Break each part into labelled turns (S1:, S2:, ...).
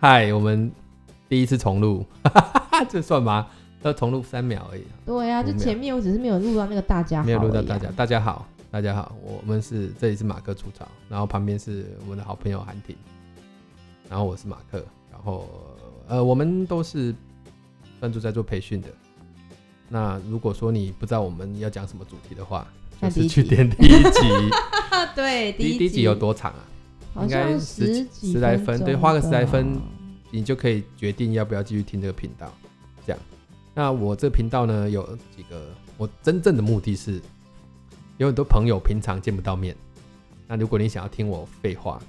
S1: 嗨，我们第一次重录， 这算吗？要重录三秒而已啊，
S2: 对呀、
S1: 五
S2: 就
S1: 秒
S2: 前面我只是没有录到那个大家好而
S1: 没
S2: 已
S1: 有
S2: 啊、
S1: 录到大家。大家好，大家好，我们是这里是马克吐槽，然后旁边是我们的好朋友韩婷，然后我是马克，然后呃，我们都是专注在做培训的。那如果说你不知道我们要讲什么主题的话，就
S2: 看第
S1: 是
S2: 一
S1: 去
S2: 集
S1: 点第一 集。
S2: 啊，对，
S1: 第
S2: 一
S1: 第一集有
S2: 多？
S1: 多长啊？
S2: 好
S1: 应该
S2: 像
S1: 十
S2: 十
S1: 几
S2: 几
S1: 十来分
S2: 钟
S1: 对花个十来
S2: 吧
S1: 分你就可以决定要不要继续听这个频道。这样，那我这频道呢有几个，我真正的目的是，有很多朋友平常见不到面，那如果你想要听我废话，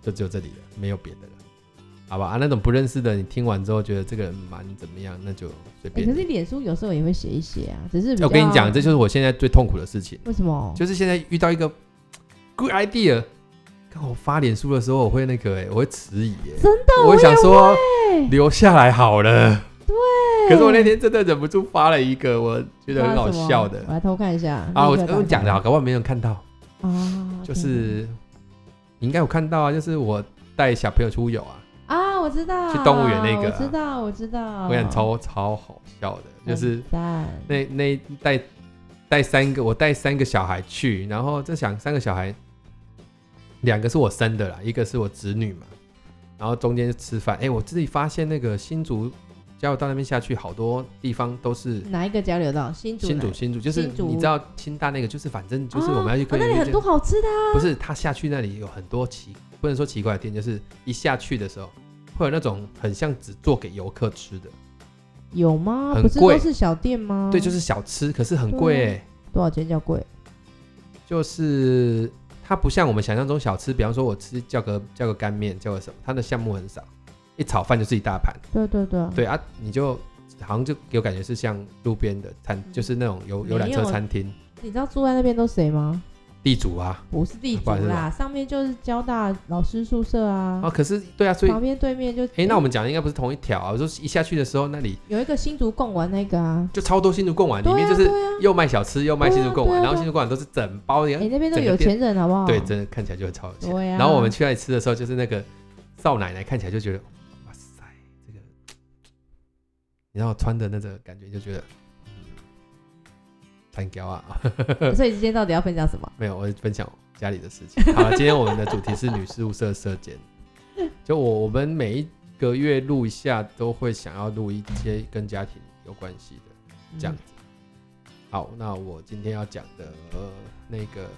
S1: 就只有这里了，没有别的了，好吧？啊，那种不认识的，你听完之后觉得这个人蛮怎么样，那就随
S2: 哎、
S1: 便
S2: 可
S1: 你。
S2: 是脸书有时候也会写一写啊，只是比
S1: 我跟你
S2: 较
S1: 讲，这就是我现在最痛苦的事情，
S2: 为什么？
S1: 就是现在遇到一个 good idea，看我发脸书的时候，我会那个、欸，我会迟疑、欸，
S2: 真的，
S1: 我
S2: 我
S1: 想
S2: 也
S1: 说
S2: 会
S1: 留下来好了。
S2: 对
S1: 可是我那天真的忍不住发了一个我觉得很
S2: 发
S1: 好
S2: 了什么
S1: 笑的
S2: 我来偷看一下
S1: 啊，我
S2: 立刻打
S1: 我讲
S2: 开
S1: 的啊，搞不好没人看到，
S2: 啊，
S1: 就
S2: 天
S1: 是你应该有看到啊，就是我带小朋友出游啊，
S2: 哪啊，我知道
S1: 去动物园那个啊
S2: 我知道，我知道，
S1: 我想超超好笑的，
S2: 嗯
S1: 就是
S2: 很赞
S1: 那那带带三个，我带三个小孩去，然后这想三个小孩，两个是我生的啦，一个是我侄女嘛，然后中间就吃饭，哎、我自己发现那个新竹加油到那边下去，好多地方都是。
S2: 哪一个交流道？新竹
S1: 新
S2: 哪
S1: 竹，新竹就是
S2: 新竹
S1: 你知道清大那个，就是反正就是我们要去
S2: 啊啊
S1: 跟、
S2: 那里很多好吃的啊，
S1: 不是他下去那里有很多奇，不能说奇怪的店，就是一下去的时候会有那种很像只做给游客吃的，
S2: 哦有吗？
S1: 很
S2: 不是
S1: 贵
S2: 都是小店吗？
S1: 对，就是小吃，可是很贵、
S2: 对啊
S1: 欸，
S2: 多少钱叫贵？
S1: 就是它不像我们想象中小吃，比方说我吃叫个叫个干面，叫个什么，它的项目很少，一炒饭就是一大盘，
S2: 对对对，
S1: 对啊，你就好像就给我感觉是像路边的餐，就是那种游
S2: 嗯没有
S1: 游览车餐厅，
S2: 你知道住在那边都谁吗？
S1: 地主啊，
S2: 不是地主
S1: 不然是什么
S2: 啦，上面就是交大老师宿舍啊，
S1: 啊，可是对啊，所以
S2: 旁边对面就
S1: 哎、那我们讲的应该不是同一条啊，我说一下去的时候那里。
S2: 有一个新竹贡丸那个啊，
S1: 就超多新竹贡丸，里
S2: 对
S1: 面
S2: 啊
S1: 就是
S2: 对啊，
S1: 又卖小吃又卖新竹贡
S2: 对
S1: 丸，
S2: 啊对啊
S1: 然后新竹贡丸都是整包的，
S2: 哎那边都
S1: 整个
S2: 有
S1: 店
S2: 钱人好不好？
S1: 对，真的看起来就很超有钱。
S2: 哦对啊
S1: 然后我们去那里吃的时候，就是那个少奶奶看起来就觉得，哇塞，这个，你知道穿的那个感觉就觉得，很高啊。
S2: 呃所以今天到底要分享什么？
S1: 没有，我分享家里的事情。好了，今天我们的主题是女事务社社监。就我我们每一个月录一下，都会想要录一些跟家庭有关系的。这样
S2: 嗯
S1: 子。好，那我今天要讲的、呃、那个，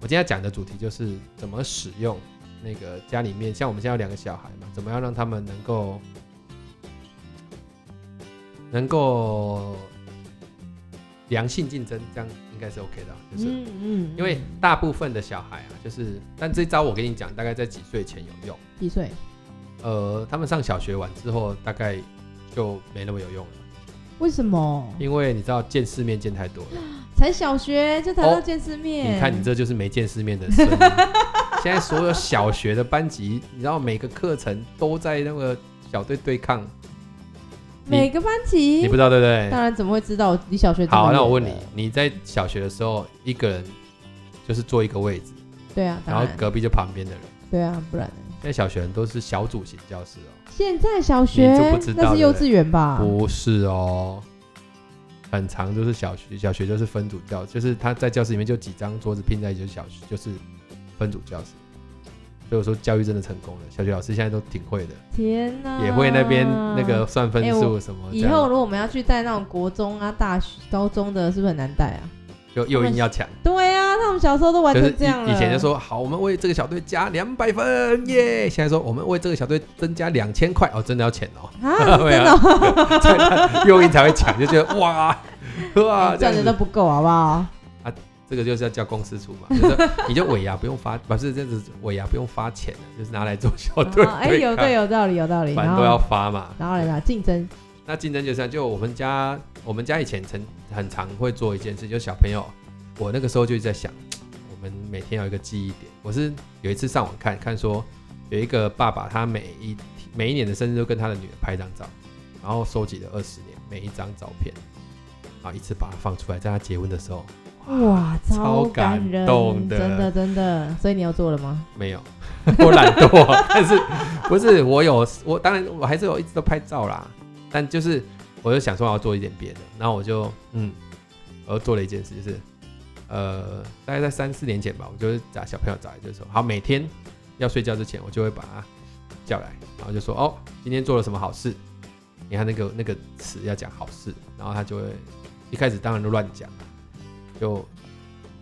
S1: 我今天要讲的主题就是怎么使用那个家里面，像我们现在有两个小孩嘛，怎么样让他们能够能够良性竞争，这样应该是 OK 的啊，就是。
S2: 嗯嗯，
S1: 因为大部分的小孩啊，就是，但这招我跟你讲，大概在几岁前有用。
S2: 几岁？
S1: 呃，他们上小学完之后，大概就没那么有用了。
S2: 为什么？
S1: 因为你知道见世面见太多了，
S2: 才小学就谈
S1: 哦
S2: 到见世面？
S1: 你看你这就是没见世面的 生命。现在所有小学的班级，你知道每个课程都在那个小队对抗，
S2: 每个班级
S1: 你不知道对不对？
S2: 当然怎么会知道你小学这么
S1: 好，那我问
S2: 远的
S1: 你，你在小学的时候，一个人就是坐一个位置，
S2: 对啊，
S1: 然
S2: 当
S1: 后
S2: 然
S1: 隔壁就旁边的人。
S2: 对啊，不然呢
S1: 现在小学人都是小组型教室哦，
S2: 现在小学
S1: 你就不知道
S2: 那是幼稚园吧？
S1: 不是哦，很长就是小学，小学就是分组教，就是他在教室里面就几张桌子拼在一起，就是小学就是分组教室。所以我说教育真的成功了，小学老师现在都挺会的。
S2: 天哪，
S1: 也会那边那个。算分
S2: 啊哎
S1: 数
S2: 我
S1: 什么这
S2: 以
S1: 样，
S2: 后如果我们要去带那种国中啊、大学、高中的，是不是很难带啊？
S1: 又又硬要抢，
S2: 对啊，他们小时候都玩
S1: 就是
S2: 成
S1: 以
S2: 这样了。
S1: 以前就说好，我们为这个小队加两百分耶，现在说我们为这个小队增加两千块哦，真的要钱哦，
S2: 啊，是真的哦
S1: 又硬才会抢，就觉得哇哇这
S2: 哎赚
S1: 样
S2: 的都
S1: 子，
S2: 不够，好 不好？
S1: 这个就是要叫公司出嘛，就是说你就尾牙不用发，不是这样子尾牙不用发钱了，就是拿来做小队
S2: 然后哎，有对
S1: 哦对
S2: 有道理，有道理。
S1: 抗，反
S2: 然
S1: 正都要
S2: 后
S1: 发嘛，
S2: 然后来啦，竞争
S1: 那竞争就是这样，就我们家我们家以前曾很常会做一件事，就小朋友，我那个时候就一直在想，我们每天有一个记忆点。我是有一次上网看看说，有一个爸爸他每一每一年的生日都跟他的女儿拍一张照，然后收集了二十年每一张照片，然后一次把它放出来，在他结婚的时候，哇，
S2: 哇，
S1: 超
S2: 感
S1: 感
S2: 人，
S1: 动的
S2: 真的真的。所以你有做了吗？
S1: 没有， 我懒惰， 但是不是我有我当然我还是有一直都拍照啦，但就是我就想说我要做一点别的，然后我就嗯，我又做了一件事，就是呃，大概在三四年前吧，我就是找小朋友找来，就是说好每天要睡觉之前，我就会把他叫来，然后就说哦，今天做了什么好事？你看那个那个词要讲好事，然后他就会一开始当然都乱讲，就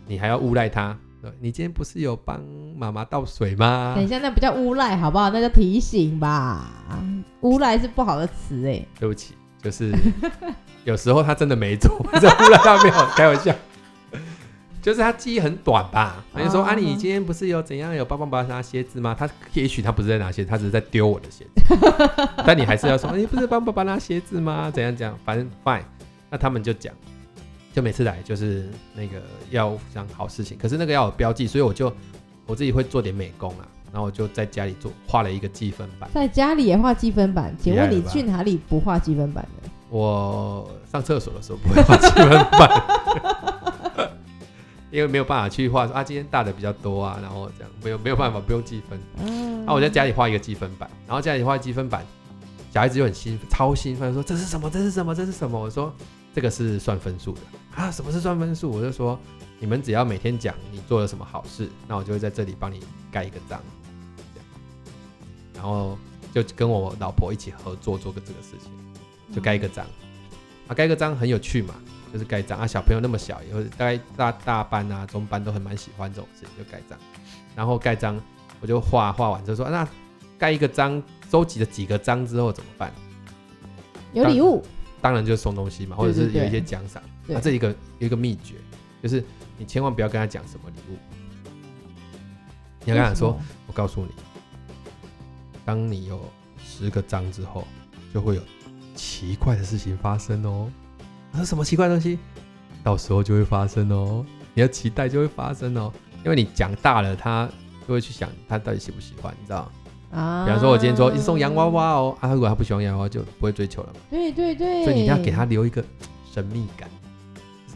S1: 你还要诬赖他。对你今天不是有帮妈妈倒水吗？
S2: 等一下，那不叫诬赖好不好？那叫提醒吧。诬赖是不好的词哎、
S1: 对不起，就是有时候他真的没做， 这忽然他没有开玩笑，就是他记忆很短吧。他就说、
S2: 哦
S1: 啊，你今天不是有怎样有帮爸爸拿鞋子吗？他也许他不是在拿鞋子，他只是在丢我的鞋子，但你还是要说，哎你不是帮爸爸拿鞋子吗？怎样怎样，反正 fine。那他们就讲，就每次来就是那个要讲好事情，可是那个要有标记，所以我就我自己会做点美工啊，然后我就在家里做画了一个记分板。
S2: 在家里也画积分板，请问
S1: 厉
S2: 你
S1: 害了吧
S2: 去哪里不画积分板的？
S1: 我上厕所的时候不会画积分板， 因为没有办法去画说啊，今天大的比较多啊，然后这样没有没有办法不用积分。啊
S2: 嗯，
S1: 那、我在家里画一个积分板，然后家里画积分板，小孩子就很兴奋，超兴奋，说这是什么？这是什么？这是什么？我说这个是算分数的啊，什么是算分数？我就说你们只要每天讲你做了什么好事，那我就会在这里帮你盖一个章，这样，然后就跟我老婆一起合作做个这个事情。就盖一个章。啊，盖一个章很有趣嘛，就是盖章啊。小朋友那么小，以后大概大大班啊、中班都很蛮喜欢这种事情，就盖章。然后盖章，我就画画完就说，啊那盖一个章，收集了几个章之后怎么办？
S2: 有礼物，
S1: 当然就是送东西嘛，或
S2: 对
S1: 者
S2: 对
S1: 是有一些
S2: 对
S1: 奖赏。
S2: 对
S1: 啊，这一个有一个秘诀，就是你千万不要跟他讲什么礼物，你要跟他说，
S2: 为什么，
S1: 我告诉你，当你有十个章之后，就会有奇怪的事情发生哦。那什么奇怪的东西？到时候就会发生哦，你要期待就会发生哦。因为你讲大了，他就会去想他到底喜不喜欢，你知道？
S2: 啊
S1: 比方说，我今天说一送洋娃，娃哦，啊，如果他不喜欢洋娃娃，就不会追求了嘛。
S2: 对对对，
S1: 所以你一定要给他留一个神秘感，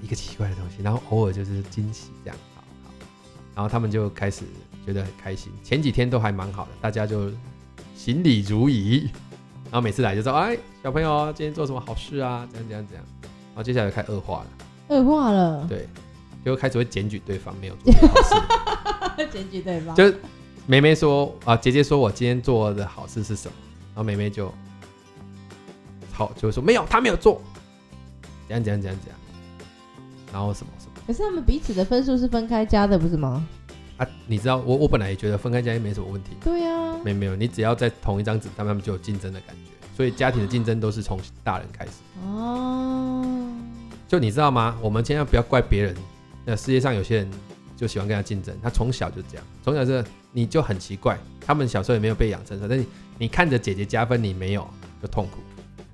S1: 一个奇怪的东西，然后偶尔就是惊喜这样，好好。然后他们就开始觉得很开心，前几天都还蛮好的，大家就行礼如仪，然后每次来就说：“哎，小朋友今天做什么好事啊？怎样怎样怎样。”然后接下来就开始恶化了，
S2: 恶化了，
S1: 对，就开始会检举对方没有做好事。
S2: 检举对方，
S1: 就梅梅说啊，姐姐说我今天做的好事是什么？然后梅梅就好就说没有，她没有做，怎样怎样怎样怎样，然后什么什么
S2: 可是他们彼此的分数是分开加的，不是吗？
S1: 啊？你知道我我本来也觉得分开家庭没什么问题，
S2: 对啊，
S1: 没没有，你只要在同一张纸上，他们就有竞争的感觉，所以家庭的竞争都是从大人开始。
S2: 哦，
S1: 就你知道吗？我们千万不要怪别人。那世界上有些人就喜欢跟他竞争，他从小就这样，从小这你就很奇怪，他们小时候也没有被养成的，但是你看着姐姐加分，你没有就痛苦。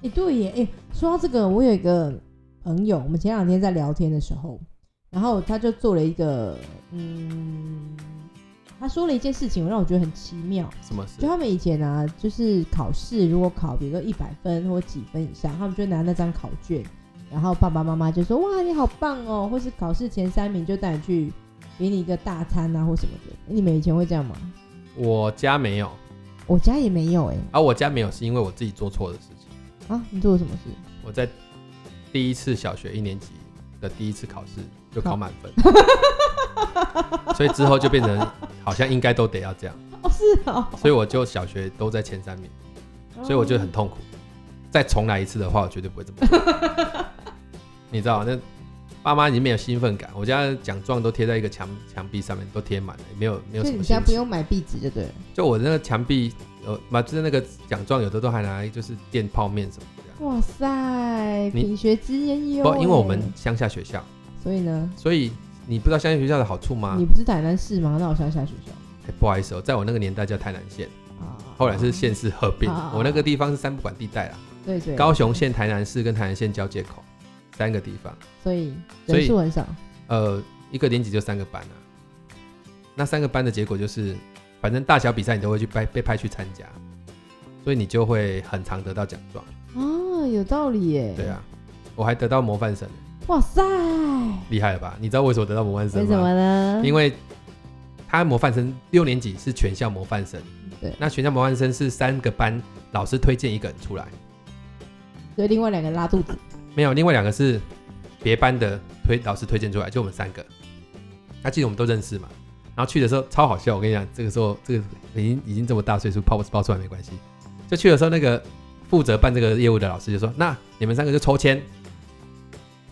S2: 哎，对耶，哎，说到这个，我有一个朋友，我们前两天在聊天的时候，然后他就做了一个，嗯，他说了一件事情，让我觉得很奇妙。
S1: 什么事
S2: 就？他们以前啊，就是考试，如果考比如说一百分或几分以上，他们就拿那张考卷，然后爸爸妈妈就说：“哇，你好棒哦！”或是考试前三名就带你去给你一个大餐啊，或什么的。你们以前会这样吗？
S1: 我家没有，哦
S2: 我家也没有哎、
S1: 而、我家没有是因为我自己做错的事情。
S2: 啊，你做了什么事？
S1: 我在第一次小学一年级的第一次考试就考满 分，所以之后就变成好像应该都得要这样，
S2: 哦，是哦，
S1: 所以我就小学都在前三名。所以我觉得很痛苦。再重来一次的话，我绝对不会这么做。 你知道，那爸妈已经没有兴奋感。我家奖状都贴在一个墙墙壁上面，都贴满了，也没有没有什
S2: 所以
S1: 么
S2: 你
S1: 心
S2: 家不
S1: 情。
S2: 用买壁纸就对了。
S1: 就我那个墙壁，呃，嘛，就是那个奖状，有的都还拿来就是垫泡面什么的。
S2: 哇塞，
S1: 你
S2: 啊哎品学之言哟、
S1: 不，因为我
S2: 哎
S1: 们乡下学校，
S2: 所以呢，
S1: 所以你不知道乡下学校的好处吗
S2: 你？不是台南市吗？那我乡下学校
S1: 哎不好意思哦，在我那个年代叫台南县，
S2: 啊，
S1: 后来是县市合并。
S2: 啊
S1: 我那个地方是三不管地带啦，
S2: 对对
S1: 高雄，县、台南市跟台南县交界口三个地方。
S2: 所以
S1: 所以
S2: 人数很少。
S1: 呃，一个年级就三个班啊。那三个班的结果就是，反正大小比赛你都会去派被派去参加，所以你就会很常得到奖状。
S2: 啊，有道理耶。
S1: 对，啊，我还得到模范生呢，
S2: 哇塞，
S1: 厉害了吧？你知道为什么得到模范
S2: 为
S1: 生
S2: 什
S1: 吗？
S2: 么呢？
S1: 因为他模范生六年级是全校模范生，
S2: 对
S1: 那全校模范生是三个班老师推荐一个人出来，
S2: 所以另外两个拉肚子，
S1: 没有，另外两个是别班的推老师推荐出来，就我们三个。那、其实我们都认识嘛。然后去的时候超好笑，我跟你讲，这个时候这个已经已经这么大岁数，泡爆出来没关系。就去的时候，那个负责办这个业务的老师就说：“那你们三个就抽签。”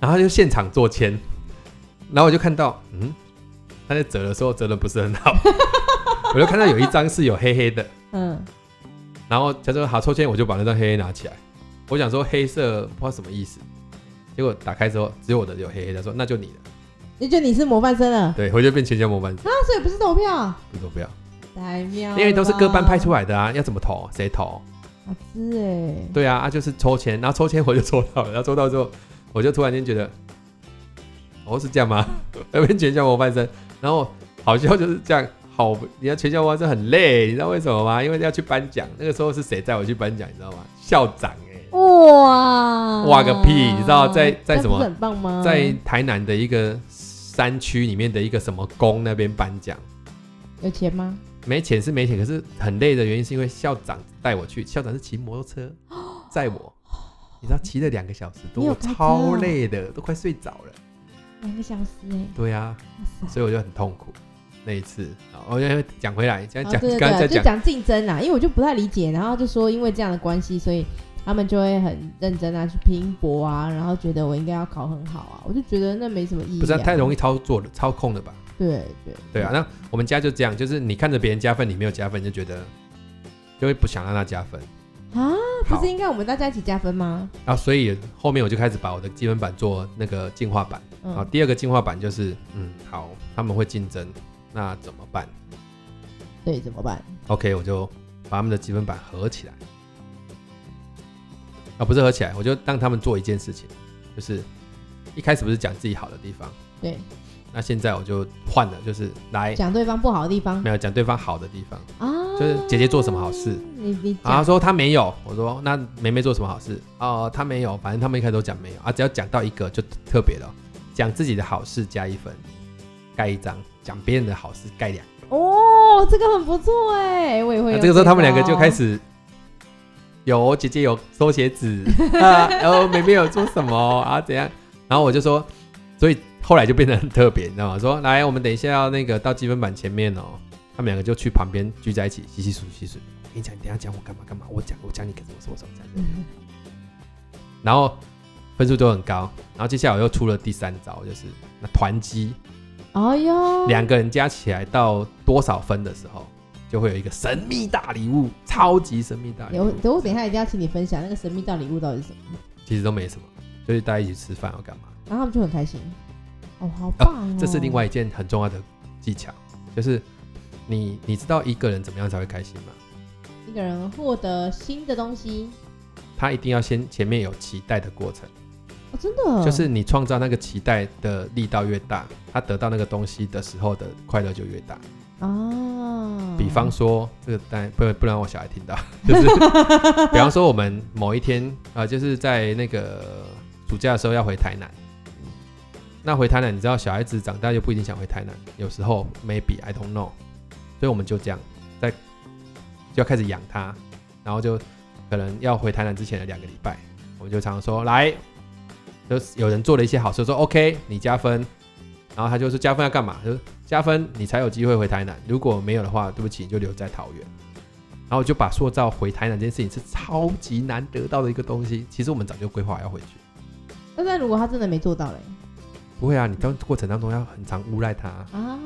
S1: 然后他就现场做签，然后我就看到，嗯，他在折的时候折的不是很好， 我就看到有一张是有黑黑的，
S2: 嗯，
S1: 然后他说好抽签，我就把那张黑黑拿起来。我想说黑色不知道什么意思，结果打开之后只有我的有黑黑的，说那就你的，
S2: 你觉得你是模范生啊了？
S1: 对，我就变全家模范生，
S2: 那所以不是投票，
S1: 不投票，
S2: 太妙了吧，
S1: 因为都是各班派出
S2: 来，
S1: 来的啊，要怎么投谁投？
S2: 啊是哎，
S1: 对啊，啊就是抽签，然后抽签我就抽到了，然后抽到之后，我就突然间觉得，哦是这样吗？ 要变全校模范生，然后好笑就是这样，好，你要全校模范生很累，你知道为什么吗？因为要去颁奖，那个时候是谁带我去颁奖，你知道吗？校长哎、
S2: 哇
S1: 哇个屁你知道在在
S2: 这
S1: 什么
S2: 不是很棒吗？
S1: 在台南的一个山区里面的一个什么宫那边颁奖，
S2: 有钱吗？
S1: 没钱是没钱，可是很累的原因是因为校长带我去，校长是骑摩托 车载我，你知道骑了两个小时多，
S2: 你有
S1: 我
S2: 开车哦
S1: 超累的，都快睡着了。
S2: 两个小时哎，
S1: 对啊，
S2: 哇塞！
S1: 所以我就很痛苦那一次。好，我要讲回来，现在哎
S2: 哦
S1: 讲
S2: 对对
S1: 刚刚在
S2: 对，就
S1: 讲，
S2: 讲竞争啊啦，因为我就不太理解，然后就说因为这样的关系，所以他们就会很认真啊，去拼搏啊，然后觉得我应该要考很好啊，我就觉得那没什么意义、啊，
S1: 不是啊、太容
S2: 易，
S1: 易操作了，操控了吧？
S2: 对对
S1: 对啊，，那我们家就这样，就是你看着别人加分，你没有加分，你就觉得就会不想让他加分。
S2: 啊，不
S1: 好
S2: 是应该我们大家一起加分吗？
S1: 然后所以后面我就开始把我的积分板做那个进化版。
S2: 嗯，
S1: 好，第二个进化版就是，嗯，好，他们会竞争，那怎么办
S2: 对，怎么办？
S1: ？OK，我就把他们的积分板合起来。啊，不是合起来，我就让他们做一件事情，就是一开始不是讲自己好的地方，
S2: 对，
S1: 那现在我就换了，就是来
S2: 讲对方不好的地方
S1: 没有讲对方好的地方。
S2: 啊，
S1: 就是姐姐做什么好事
S2: 你你
S1: 啊，她
S2: 讲
S1: 说她没有，我说那梅梅做什么好事？哦，她没有，反正他们一开始都讲没有啊，只要讲到一个就特别了，讲自己的好事加一分，盖一张；讲别人的好事盖两。
S2: 哦，这个很不错哎，我也会
S1: 那
S2: 用、
S1: 啊这个时候他们两个哦就开。始有姐姐有收鞋子 啊，然后妹妹有做什么啊怎样，然后我就说，所以后来就变得很特别，你知道吗？说来，我们等一下要那个到积分板前面哦，他们两个就去旁边聚在一起洗洗漱洗漱。我跟你讲，你等一下讲我干嘛干嘛，我讲我讲你干什么什么什么这样子，然后分数都很高，然后接下来我又出了第三招，就是那团积。
S2: 哎呦，
S1: 两个人加起来到多少分的时候，就会有一个神秘大礼物，超级神秘大礼
S2: 有
S1: 物。
S2: 等我等一下一定要请你分享那个神秘大礼物到底是什么，
S1: 其实都没什么，就是大家一起吃饭要干嘛？
S2: 然后他们就很开心。哦，好棒哦！
S1: 这是另外一件很重要的技巧，就是你你知道一个人怎么样才会开心吗？
S2: 一个人获得新的东西
S1: 他一定要先前面有期待的过程，
S2: 哦，真的
S1: 就是你创造那个期待的力道越大，他得到那个东西的时候的快乐就越大。
S2: 啊，
S1: 比方说，这个当然不不能让我小孩听到， 就是比方说我们某一天啊、呃就是在那个暑假的时候要回台南。那回台南，你知道小孩子长大就不一定想回台南，有时候 maybe I don't know，所以我们就这样在就要开始养他，然后就可能要回台南之前的两个礼拜，我们就常常说来，就是有人做了一些好事，说 OK 你加分，然后他就说加分要干嘛？他说加分，你才有机会回台南。如果没有的话，对不起，你就留在桃园。然后我就把塑造回台南这件事情是超级难得到的一个东西。其实我们早就规划要回去，
S2: 那但如果他真的没做到嘞
S1: 不会啊，你当过程当中要很常诬赖他，
S2: 啊，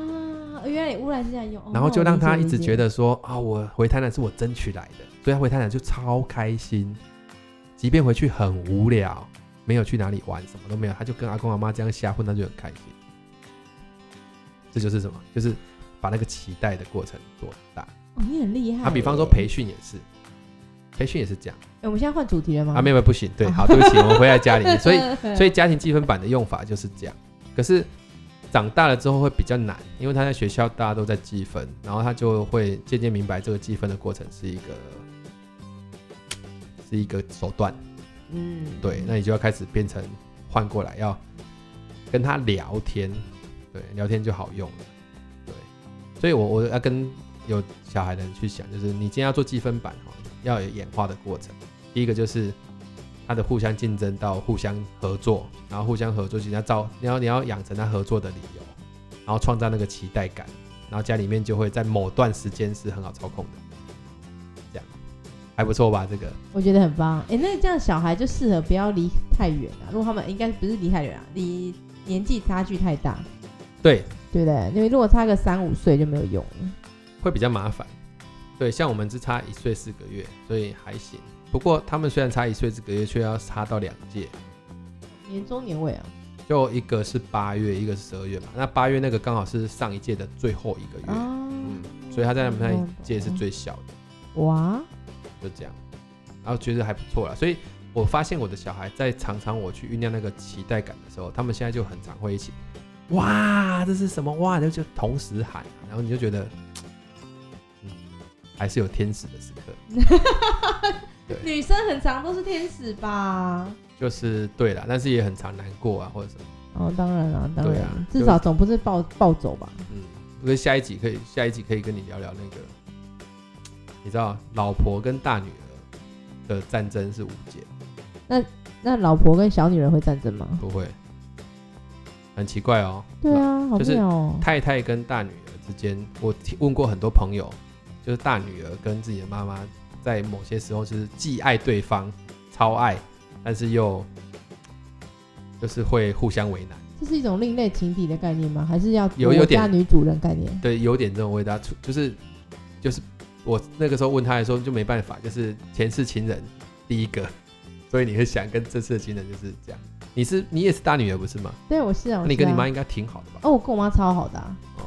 S2: 原来你污染是这样用，哦
S1: 然后就让他一直觉，
S2: 那我理解理解
S1: 得说啊、我回台南是我争取来的，所以他回台南就超开心，即便回去很无聊，没有去哪里玩，什么都没有，他就跟阿公阿妈这样瞎混，他就很开心。这就是什么？就是把那个期待的过程做大。
S2: 哦，你很厉害耶。
S1: 啊，比方说培训也是，培训也是这样
S2: 哎，我们现在换主题了吗？
S1: 啊，没
S2: 有，
S1: 有没有不行，对，好，对不起，我们回来家 里，所以所以家庭积分板的用法就是这样。可是长大了之后会比较难，因为他在学校大家都在积分，然后他就会渐渐明白这个积分的过程是一个是一个手段，
S2: 嗯，
S1: 对，那你就要开始变成换过来，要跟他聊天，对，聊天就好用了，对，所以我我要跟有小孩的人去想，就是你今天要做积分板哦，要有演化的过程。第一个就是他的互相竞争到互相合作，然后互相合作，就要造你要你要养成他合作的理由，然后创造那个期待感，然后家里面就会在某段时间是很好操控的，这样还不错吧？这个
S2: 我觉得很棒。哎、那这样小孩就适合不要离太远啊。如果他们应该不是离太远啊，离年纪差距太大，
S1: 对，
S2: 对不对？因为如果差个三五岁就没有用了。
S1: 会比较麻烦。对，像我们只差一岁四个月，所以还行。不过他们虽然差一岁四个月，却要差到两届，
S2: 年终年尾啊，
S1: 就一个是八月，一个是十二月嘛。那八月那个刚好是上一届的最后一个月，
S2: 啊，
S1: 嗯，所以他在他们那一届是最小的，
S2: 哇，
S1: 就这样。然后觉得还不错啦，所以我发现我的小孩在常常我去酝酿那个期待感的时候，他们现在就很常会一起，哇，这是什么哇，就就同时喊，然后你就觉得，嗯，还是有天使的时刻。
S2: 女生很长都是天使吧？
S1: 就是对啦，但是也很常难过啊，或者什么。
S2: 哦，当然啦、当
S1: 对
S2: 然、
S1: 啊
S2: 至少总不是暴暴走吧？
S1: 嗯，所以下一集可以，下一集可以跟你聊聊那个，你知道，老婆跟大女儿的战争是无解，
S2: 那老婆跟小女人会战争吗？
S1: 不会，很奇怪哦。
S2: 对啊，好
S1: 就是
S2: 妙哦、
S1: 太太跟大女儿之间，我听问过很多朋友，就是大女儿跟自己的妈妈在某些时候就是既爱对方，超爱，但是又就是会互相为难。
S2: 这是一种另类情敌的概念吗？还是要
S1: 有有点
S2: 国家女主人概念？
S1: 对，有点这种味道，出就是就是我那个时候问他的时候就没办法，就是前世情人第一个， 所以你会想跟这次的情人就是这样。你是你也是大女儿不是吗？
S2: 对，我是啊，
S1: 那
S2: 我
S1: 你跟你
S2: 是啊
S1: 妈应该挺好的吧？
S2: 哦，我跟我妈超好的、啊，
S1: 哦，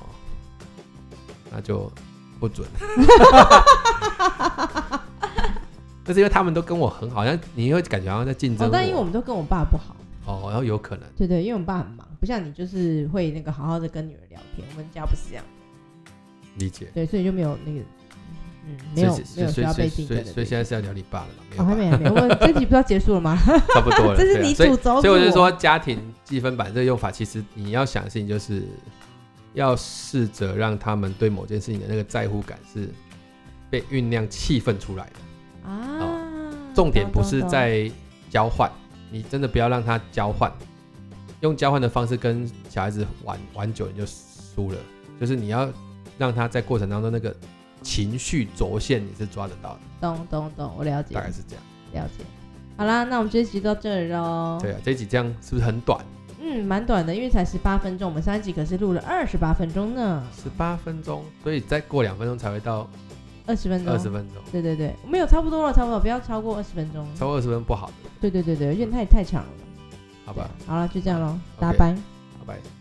S1: 那就不准。 那是因为他们都跟我很好，像你会感觉好像在竞争
S2: 哦
S1: 我。，
S2: 但因为我们都跟我爸不好，
S1: 哦，然后有可能
S2: 对对，因为我们爸很忙，不像你就是会那个好好的跟女儿聊天，我们家不是这样，
S1: 理解，
S2: 对，所以就没有那个，嗯，没有
S1: 所以
S2: 没有需
S1: 所以
S2: 要
S1: 所以
S2: 被竞
S1: 所
S2: 争
S1: 以所
S2: 的
S1: 以
S2: 对
S1: 现在是要聊你爸了嘛？没
S2: 哦，
S1: 有
S2: 还
S1: 吧，
S2: 没还没，我这集不知道结束了吗？
S1: 差不多了。
S2: 这是
S1: 对啊
S2: 你
S1: 所以
S2: 主轴，
S1: 所以我就说，家庭积分板这个用法，其实你要想的事情就是要试着让他们对某件事情的那个在乎感是被酝酿、气氛出来的。
S2: 啊，
S1: 哦重点不是
S2: 嗯懂懂
S1: 在交换，你真的不要让他交换，用交换的方式跟小孩子玩玩久，你就输了。就是你要让他在过程当中那个情绪轴线你是抓得到的，
S2: 懂懂懂，我了解
S1: 大概是这样。
S2: 了解。好啦，那我们这集就到这里喽。
S1: 对啊，这一集这样是不是很短？
S2: 嗯，蛮短的，因为才十八分钟，我们上一集可是录了二十八分钟呢，
S1: 十八分钟，所以再过两分钟才会到
S2: 二十分钟，
S1: 二十分钟。
S2: 对对对，没有差不多了，差不多，不要超过二十分钟。
S1: 超过二十分不好的，
S2: 对对对对，因为太太长了。
S1: 好吧，
S2: 对，好了，就这样喽，
S1: OK
S2: 大家拜。
S1: 拜拜。